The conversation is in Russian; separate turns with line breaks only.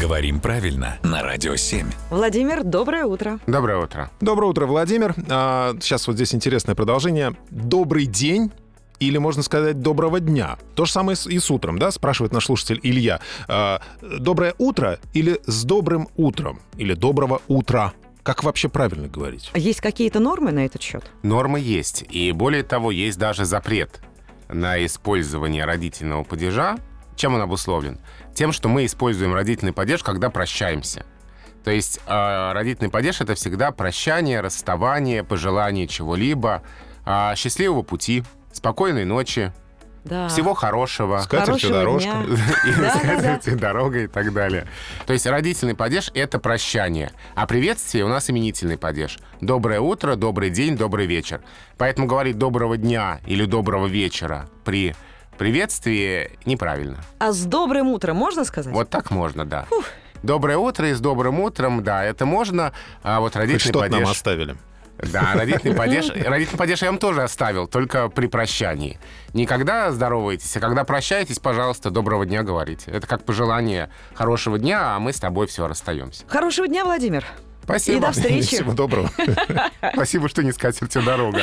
Говорим правильно на Радио 7.
Владимир, доброе утро.
Доброе утро.
Доброе утро, Владимир. А, сейчас вот здесь интересное продолжение. Добрый день. Или можно сказать доброго дня. То же самое с- и с утром, да? Спрашивает наш слушатель Илья. А, доброе утро или с добрым утром? Или доброго утра? Как вообще правильно говорить?
Есть какие-то нормы на этот счет?
Нормы есть, и более того, есть даже запрет на использование родительного падежа. Чем он обусловлен? Тем, что мы используем родительный падеж, когда прощаемся. То есть э, родительный падеж — это всегда прощание, расставание, пожелание чего-либо. А, счастливого пути, спокойной ночи,
Да.
всего хорошего.
С катертью
Хорошего
дорожка.
дня.
и
Да, да, да.
скажите, дорога и так далее. То есть родительный падеж — это прощание, а приветствие у нас именительный падеж. Доброе утро, добрый день, добрый вечер. Поэтому говорить «доброго дня» или «доброго вечера» при приветствии неправильно.
А с добрым утром можно сказать?
Вот так можно, да. Доброе утро и с добрым утром, да, это можно, а вот
Вы
родительный
что-то нам
падеж...
оставили.
Да, родительный падеж, родительный падеж я вам тоже оставил, только при прощании. Не когда здороваетесь, а когда прощаетесь, пожалуйста, доброго дня говорите. Это как пожелание хорошего дня, а мы с тобой все расстаемся.
Хорошего дня, Владимир.
Спасибо.
И до встречи.
Всего доброго.
Спасибо, что не скатертью дорога.